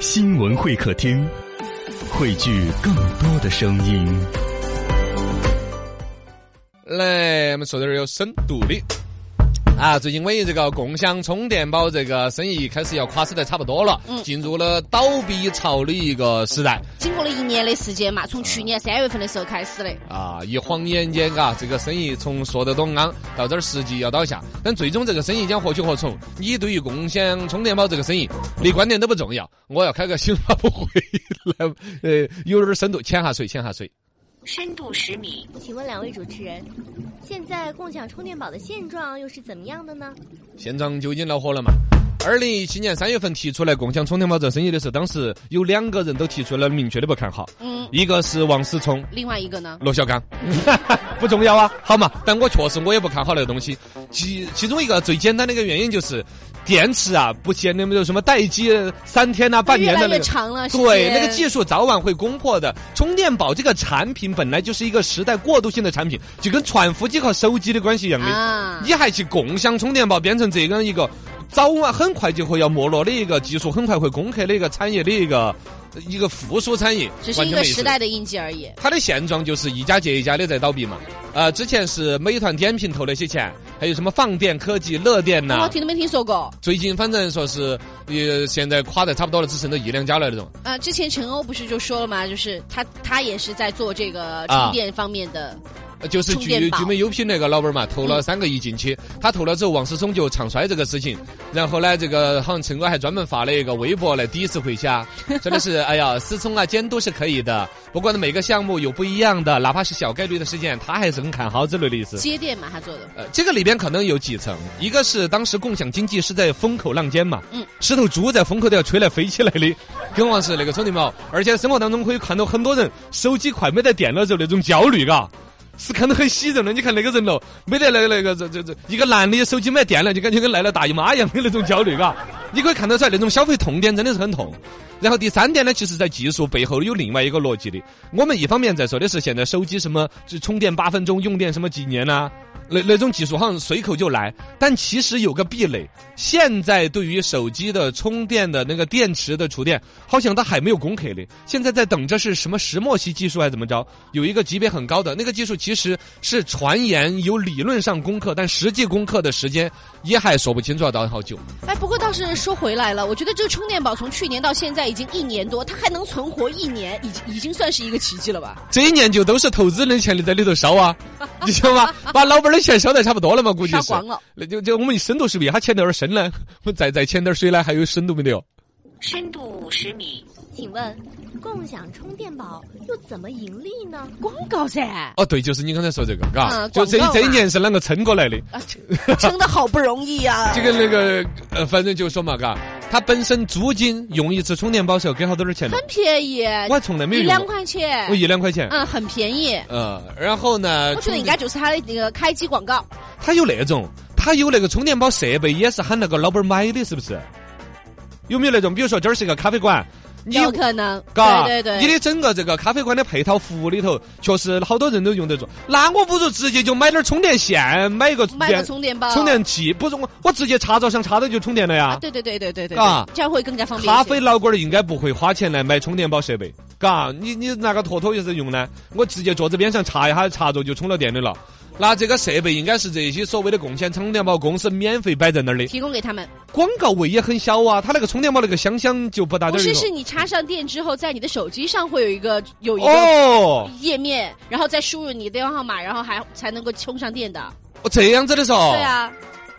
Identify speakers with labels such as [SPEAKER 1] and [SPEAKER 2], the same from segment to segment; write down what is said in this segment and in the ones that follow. [SPEAKER 1] 新闻会客厅，汇聚更多的声音。
[SPEAKER 2] 来，我们说点儿有深度的。啊，最近网易这个共享充电宝这个生意开始要垮死得差不多了，
[SPEAKER 3] 嗯
[SPEAKER 2] 进入了倒闭潮的一个时代
[SPEAKER 3] 经过了一年的时间嘛，从去年三月份的时候开始的，
[SPEAKER 2] 啊！一晃眼间，嘎，这个生意从说得动昂到这儿实际要倒下，但最终这个生意将何去何从？你对于共享充电宝这个生意，你观点都不重要。我要开个新发布会来，呃，有点儿深度，潜下水，潜下水。
[SPEAKER 4] 深度十米，
[SPEAKER 5] 请问两位主持人，现在共享充电宝的现状又是怎么样的呢？
[SPEAKER 2] 现状究竟恼火了嘛？二零一七年三月份提出来共享充电宝这生意的时候，当时有两个人都提出了明确的不看好，
[SPEAKER 3] 嗯，
[SPEAKER 2] 一个是王思聪、
[SPEAKER 3] 另外一个呢，
[SPEAKER 2] 罗小 刚，不重要啊，好嘛。但我确实我也不看好那个东西，其其中一个最简单的一个原因就是电池啊，不显那么有什么待机三天呐、啊半
[SPEAKER 3] 越
[SPEAKER 2] 年
[SPEAKER 3] 来
[SPEAKER 2] 的那
[SPEAKER 3] 越
[SPEAKER 2] 个。
[SPEAKER 3] 长了，
[SPEAKER 2] 对，那个
[SPEAKER 3] 技
[SPEAKER 2] 技术早晚会攻破的。充电宝这个产品本来就是一个时代过渡性的产品，就跟传呼机和手机的关系一样的。
[SPEAKER 3] 啊，
[SPEAKER 2] 你还去共享充电宝，变成这样一个早晚很快就会要没落的一个技术，很快会攻克的一个产业的一个一个附属产业，
[SPEAKER 3] 只是
[SPEAKER 2] 完
[SPEAKER 3] 一
[SPEAKER 2] 全
[SPEAKER 3] 个
[SPEAKER 2] 没意思
[SPEAKER 3] 时代的印记而已。
[SPEAKER 2] 它的现状就是一家接一家的在倒闭嘛。呃，之前是美团点评投那些钱，还有什么放电科技、乐电呐、
[SPEAKER 3] 我听都没听说过。
[SPEAKER 2] 最近反正说是，呃，现在垮得差不多了，只剩到一两家了那种。
[SPEAKER 3] 呃，之前陈欧不是就说了嘛，就是他他也是在做这个
[SPEAKER 2] 啊
[SPEAKER 3] 充电方面的，
[SPEAKER 2] 呃就是
[SPEAKER 3] 充电
[SPEAKER 2] 聚
[SPEAKER 3] 宝嗯
[SPEAKER 2] 聚美优品那个老板嘛，投了三个亿进去，他投了之后，王思聪就唱衰这个事情。然后呢，这个好像陈哥还专门发了一个微博来抵制回家，真的是 哎呀，思聪啊，监督是可以的，不过呢，每个项目有不一样的，哪怕是小概率的事件，他还是很看好之类的意思。
[SPEAKER 3] 接电嘛，他做的。
[SPEAKER 2] 呃，这个里边可能有几层，一个是当时共享经济是在风口浪尖嘛，
[SPEAKER 3] 嗯
[SPEAKER 2] 石头猪在风口都要吹来飞起来的，跟王是那个充电宝，而且生活当中可以看到很多人手机快没得电了之后那种焦虑，嘎。是看得很喜人的，你看那个人喽，没得那个那个这这这一个男的手机没电了，就感觉跟来了大姨妈一样的那种焦虑，嘎。你可以看得出来，那种消费痛点真的是很痛。然后第三点呢，其实在技术背后有另外一个逻辑的。我们一方面在说的是现在手机什么就充电八分钟用电什么几年啊呐、那那种技术好像随口就来，但其实有个壁垒。现在对于手机的充电的那个电池的储电，好像它还没有攻克的。现在在等着是什么石墨烯技术还是怎么着？有一个级别很高的那个技术，其实是传言有理论上攻克，但实际攻克的时间也还说不清楚啊要到好久。
[SPEAKER 3] 哎，不过倒是说回来了，我觉得这个充电宝从去年到现在已经一年多，它还能存活一年，已经已经算是一个奇迹了吧？
[SPEAKER 2] 这一年就都是投资人的钱在里头烧啊，你晓得吗？把老板的钱烧得差不多了嘛，估计
[SPEAKER 3] 烧
[SPEAKER 2] 是。
[SPEAKER 3] 光了。
[SPEAKER 2] 那就就我们深度是不是还潜点儿深呢？我们 再再潜点儿水呢？还有深度没得哟？
[SPEAKER 4] 深度五十米，
[SPEAKER 5] 请问，共享充电宝又怎么盈利呢？
[SPEAKER 3] 广告噻，
[SPEAKER 2] 哦，对，就是你刚才说这个，嘎、
[SPEAKER 3] 嗯
[SPEAKER 2] 就这
[SPEAKER 3] 广告
[SPEAKER 2] 这
[SPEAKER 3] 嘛
[SPEAKER 2] 一年是啷个撑过来的？
[SPEAKER 3] 啊， 这真的好不容易呀、
[SPEAKER 2] 这个那个呃，反正就说嘛，嘎，它本身租金用一次充电宝是要给好多点儿钱的，
[SPEAKER 3] 很便宜，
[SPEAKER 2] 我还从来没
[SPEAKER 3] 一
[SPEAKER 2] 有哎
[SPEAKER 3] 两
[SPEAKER 2] 用过，
[SPEAKER 3] 块钱
[SPEAKER 2] 我，一两块钱。
[SPEAKER 3] 嗯，很便宜。
[SPEAKER 2] 呃，然后呢？
[SPEAKER 3] 我觉得应该就是它的那个开机广告，
[SPEAKER 2] 它有那种，它有那个充电宝设备也是喊那个老板买的，是不是？有没有那种？比如说这儿是一个咖啡馆，你
[SPEAKER 3] 有可能，
[SPEAKER 2] 嘎，
[SPEAKER 3] 对对
[SPEAKER 2] 你
[SPEAKER 3] 对，
[SPEAKER 2] 的整个这个咖啡馆的配套服务里头，确实好多人都用得着。那我不如直接就买点儿充电线，买一个
[SPEAKER 3] 买个
[SPEAKER 2] 电
[SPEAKER 3] 充电宝，
[SPEAKER 2] 充电器，不是我我直接插座上插着就充电了呀。
[SPEAKER 3] 啊，对对对对对对
[SPEAKER 2] 啊
[SPEAKER 3] 对，这样会更加方便一
[SPEAKER 2] 咖
[SPEAKER 3] 些。
[SPEAKER 2] 啡老倌儿应该不会花钱来买充电宝设备，嘎，你你拿个坨坨又是用呢？我直接桌子边上插一下插座就充了电的了。那这个设备应该是这些所谓的共享充电宝公司免费摆在那儿的，
[SPEAKER 3] 提供给他们，
[SPEAKER 2] 广告位也很小啊。它那个充电宝那个香香就不大
[SPEAKER 3] 不
[SPEAKER 2] 点儿
[SPEAKER 3] 是
[SPEAKER 2] 用
[SPEAKER 3] 是你插上电之后，在你的手机上会有一个有一个
[SPEAKER 2] 哦，
[SPEAKER 3] 页面，然后再输入你的电话号码，然后还才能够充上电的。
[SPEAKER 2] 哦这样子的嗦。
[SPEAKER 3] 对啊，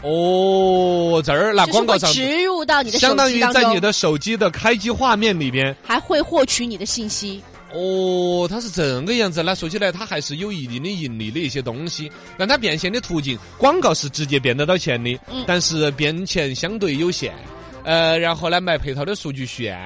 [SPEAKER 2] 哦，这儿拿
[SPEAKER 3] 就是
[SPEAKER 2] 广告
[SPEAKER 3] 会
[SPEAKER 2] 上，
[SPEAKER 3] 植入到你的手
[SPEAKER 2] 相当
[SPEAKER 3] 机
[SPEAKER 2] 于
[SPEAKER 3] 当
[SPEAKER 2] 在你
[SPEAKER 3] 中，
[SPEAKER 2] 的手机的开机画面里边。
[SPEAKER 3] 还会获取你的信息。
[SPEAKER 2] 哦，它是这个样子。那说起来，它还是有一定的盈利的一些东西，但它变现的途径，广告是直接变得到钱的，
[SPEAKER 3] 嗯
[SPEAKER 2] 但是变钱相对有限。呃，然后呢，卖配套的数据线，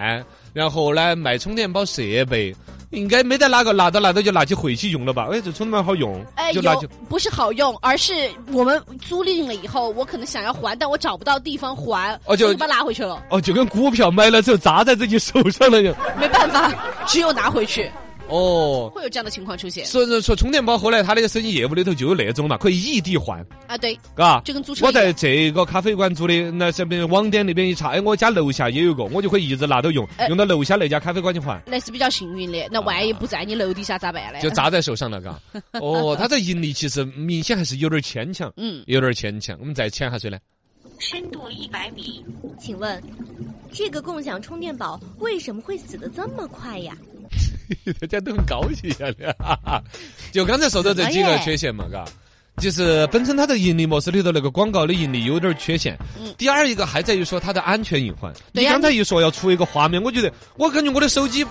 [SPEAKER 2] 然后呢，卖充电宝设备，应该没得哪个拿到拿到就拿起回去用了吧？哎，这充电宝好用，
[SPEAKER 3] 哎，
[SPEAKER 2] 就拿
[SPEAKER 3] 有
[SPEAKER 2] 起。
[SPEAKER 3] 不是好用，而是我们租赁了以后，我可能想要还，但我找不到地方还，
[SPEAKER 2] 哦就
[SPEAKER 3] 我把它拿回去了，
[SPEAKER 2] 哦，就跟股票买了之后砸在自己手上了一样。
[SPEAKER 3] 没办法，只有拿回去。
[SPEAKER 2] 哦。
[SPEAKER 3] 会有这样的情况出现
[SPEAKER 2] 所以说说充电宝后来他那个手机业务里头就有那种嘛，可以异地换，
[SPEAKER 3] 啊。对，
[SPEAKER 2] 嘎。
[SPEAKER 3] 就跟租车
[SPEAKER 2] 我
[SPEAKER 3] 一样
[SPEAKER 2] 在这个咖啡馆租的，那这边网点那边一查，哎，我家楼下也有个，我就可以一直拿到用，
[SPEAKER 3] 哎
[SPEAKER 2] 用到楼下那家咖啡馆去还。
[SPEAKER 3] 那是比较幸运的。那万一不在你楼底下咋办呢？
[SPEAKER 2] 就扎在手上了，嘎。 哦，他这盈利其实明显还是有点牵强，
[SPEAKER 3] 嗯，
[SPEAKER 2] 有点牵强。我们再潜下水呢？
[SPEAKER 4] 深度一百米，
[SPEAKER 5] 请问，这个共享充电宝为什么会死得这么快呀？
[SPEAKER 2] 大家都很高兴呀、啊， 就刚才说的这几个缺 陷嘛，嘎。就是本身它的盈利模式里头那个广告的盈利有点缺陷，
[SPEAKER 3] 嗯
[SPEAKER 2] 第二一个还在于说它的安全隐患。
[SPEAKER 3] 对
[SPEAKER 2] 你
[SPEAKER 3] 呀
[SPEAKER 2] 刚才一说要出一个画面，我觉得我感觉我的手机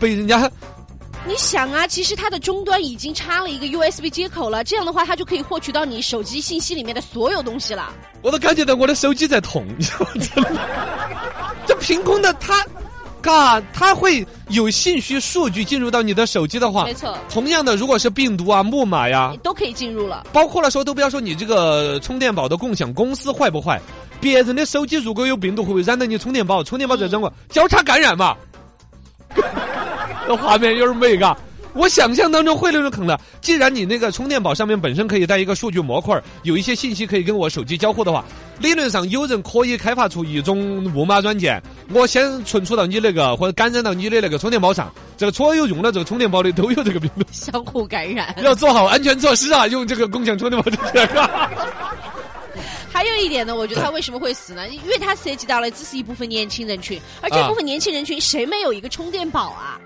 [SPEAKER 2] 被人家
[SPEAKER 3] 你想啊，其实它的终端已经插了一个 USB 接口了，这样的话它就可以获取到你手机信息里面的所有东西了。
[SPEAKER 2] 我都感觉到我的手机在痛， 你知道吗？这凭空的它，嘎，它会有信息数据进入到你的手机的话
[SPEAKER 3] 没，错，
[SPEAKER 2] 同样的，如果是病毒啊、木马呀、
[SPEAKER 3] 都可以进入了。
[SPEAKER 2] 包括了说，都不要说你这个充电宝的共享公司坏不坏，别人的手机如果有病毒，会不会染到你充电宝？充电宝再染过，交叉感染嘛。 这画面有点美嘎。我想象当中会那种坑的。既然你那个充电宝上面本身可以带一个数据模块，有一些信息可以跟我手机交互的话，理论上有人可以开发出一种木马软件，我先存储到你那个或者感染到你的那个充电宝上，这个所有用的这个充电宝里都有这个病毒。
[SPEAKER 3] 相互感染。
[SPEAKER 2] 要做好安全措施啊！用这个共享充电宝这个，
[SPEAKER 3] 还有一点呢，我觉得它为什么会 死呢？因为它涉及到了这是一部分年轻人群，而
[SPEAKER 2] 啊
[SPEAKER 3] 这部分年轻人群谁没有一个充电宝啊？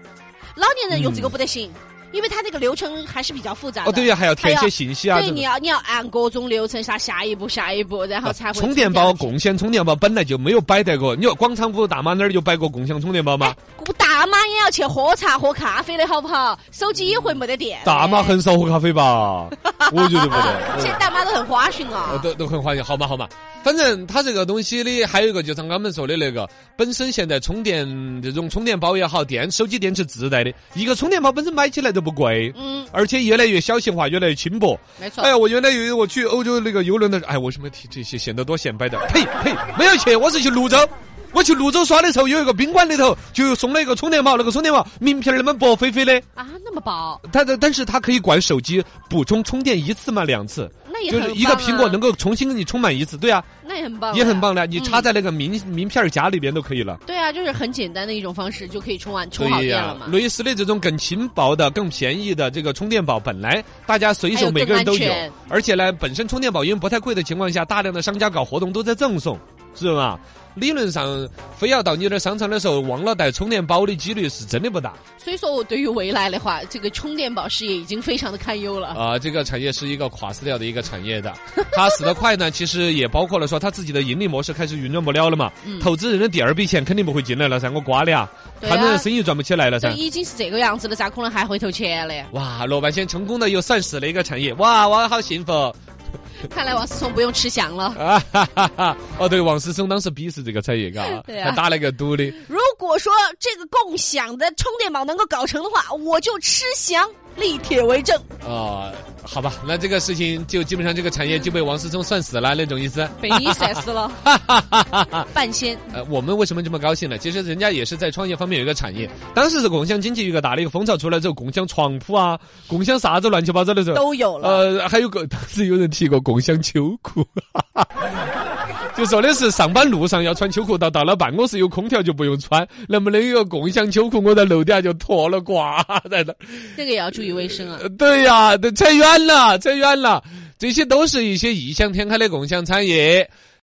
[SPEAKER 3] 老年人用这个不得行，因为它那个流程还是比较复杂
[SPEAKER 2] 嗯
[SPEAKER 3] 的。
[SPEAKER 2] 哦对呀、还要填一
[SPEAKER 3] 还
[SPEAKER 2] 些
[SPEAKER 3] 要
[SPEAKER 2] 信息啊。
[SPEAKER 3] 对，
[SPEAKER 2] 这
[SPEAKER 3] 你
[SPEAKER 2] 个
[SPEAKER 3] 要你要按各种流程啥下一步下一步，然后才会
[SPEAKER 2] 充电宝共享充电宝本来就没有摆得过，你说广场舞大妈那儿有摆过共享充电宝吗？
[SPEAKER 3] 不大妈也要去喝茶喝咖啡的好不好？手机也会没得电。
[SPEAKER 2] 大妈很少喝咖啡吧？我觉得不
[SPEAKER 3] 啊，现
[SPEAKER 2] 对
[SPEAKER 3] 在。大妈都很花心
[SPEAKER 2] 呃
[SPEAKER 3] 啊。
[SPEAKER 2] 都都很欢迎，好嘛好嘛。反正它这个东西的还有一个，就像我们说的那个，本身现在充电这种充电宝也好，电手机电池自带的，一个充电宝本身买起来都不贵，
[SPEAKER 3] 嗯，
[SPEAKER 2] 而且越来越小型化，越来越轻薄。
[SPEAKER 3] 没错
[SPEAKER 2] 哎。呀，我原来以为我去欧洲那个游轮的时候，哎，为什么提这些显得多显摆点儿？呸呸，没有去，我是去泸州。我去泸州耍的时候，有一个宾馆里头就送了一个充电宝，那个充电宝名片儿那么薄菲菲的，
[SPEAKER 3] 啊，那么薄，
[SPEAKER 2] 它的但是它可以管手机补充充电一次嘛，两次，
[SPEAKER 3] 那也
[SPEAKER 2] 就
[SPEAKER 3] 很
[SPEAKER 2] 是
[SPEAKER 3] 棒、啊、
[SPEAKER 2] 一个苹果能够重新给你充满一次，对啊，
[SPEAKER 3] 那也很棒、
[SPEAKER 2] 也很。棒的，你
[SPEAKER 3] 嗯
[SPEAKER 2] 插在那个名名片儿夹里边都可以了。
[SPEAKER 3] 对啊，就是很简单的一种方式就可以充完充好
[SPEAKER 2] 对
[SPEAKER 3] 电
[SPEAKER 2] 呀、
[SPEAKER 3] 了嘛。
[SPEAKER 2] 类似的这种更轻薄的、更便宜的这个充电宝，本来大家随手每个人都
[SPEAKER 3] 还有
[SPEAKER 2] 有
[SPEAKER 3] 更安全，
[SPEAKER 2] 而且呢，本身充电宝因为不太贵的情况下，大量的商家搞活动都在赠送，是吧？理论上，非要到你那儿商场的时候忘了带充电宝的几率是真的不大
[SPEAKER 3] 所以说我对于未来的话，这个充电宝事业已经非常的堪忧了。
[SPEAKER 2] 啊、这个产业是一个垮死掉的一个产业的， 它死得快呢，其实也包括了说它自己的盈利模式开始运转不了了嘛。
[SPEAKER 3] 嗯
[SPEAKER 2] 投资人的第二笔钱肯定不会进来了噻，我瓜的呀，
[SPEAKER 3] 对啊
[SPEAKER 2] 他们生意赚不起来了
[SPEAKER 3] 都
[SPEAKER 2] 噻。
[SPEAKER 3] 已经是这个样子了，咋可能还回头 钱嘞？
[SPEAKER 2] 哇，老半天成功的又算死了一个产业，哇，我好幸福
[SPEAKER 3] 看来王思聪不用吃翔了。
[SPEAKER 2] 啊！哈哈哈！哦，对，王思聪当时鄙视这个产业，嘎，
[SPEAKER 3] 对啊
[SPEAKER 2] 他打了个赌的，
[SPEAKER 3] 如果说这个共享的充电宝能够搞成的话，我就吃翔，立铁为 证。
[SPEAKER 2] 啊，好吧，那这个事情就基本上这个产业就被王思聪算死了那种意思。
[SPEAKER 3] 被你甩死了，半仙。
[SPEAKER 2] 呃，我们为什么这么高兴呢？其实人家也是在创业方面有一个产业，当时是共享经济有一个大的一个风潮出来之后，共享床铺啊，共享啥子乱七八糟的时候，
[SPEAKER 3] 都有了
[SPEAKER 2] 呃，还有个当时有人提过共享秋裤， 就说的是上班路上要穿秋裤，到到了办公室有空调就不用穿，能不能有个共享秋裤？我在楼底下就脱了挂 在那儿。
[SPEAKER 3] 那个也要注意卫生啊。
[SPEAKER 2] 呃对呀、这扯远了，扯远了，这些都是一些异想天开的共享产业。